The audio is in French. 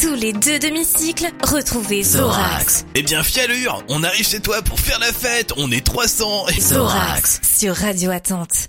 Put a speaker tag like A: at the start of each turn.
A: Tous les deux demi-cycles, retrouvez Zorax.
B: Eh bien, Fialure, on arrive chez toi pour faire la fête. On est 300 et
A: Zorax sur Radio Attente.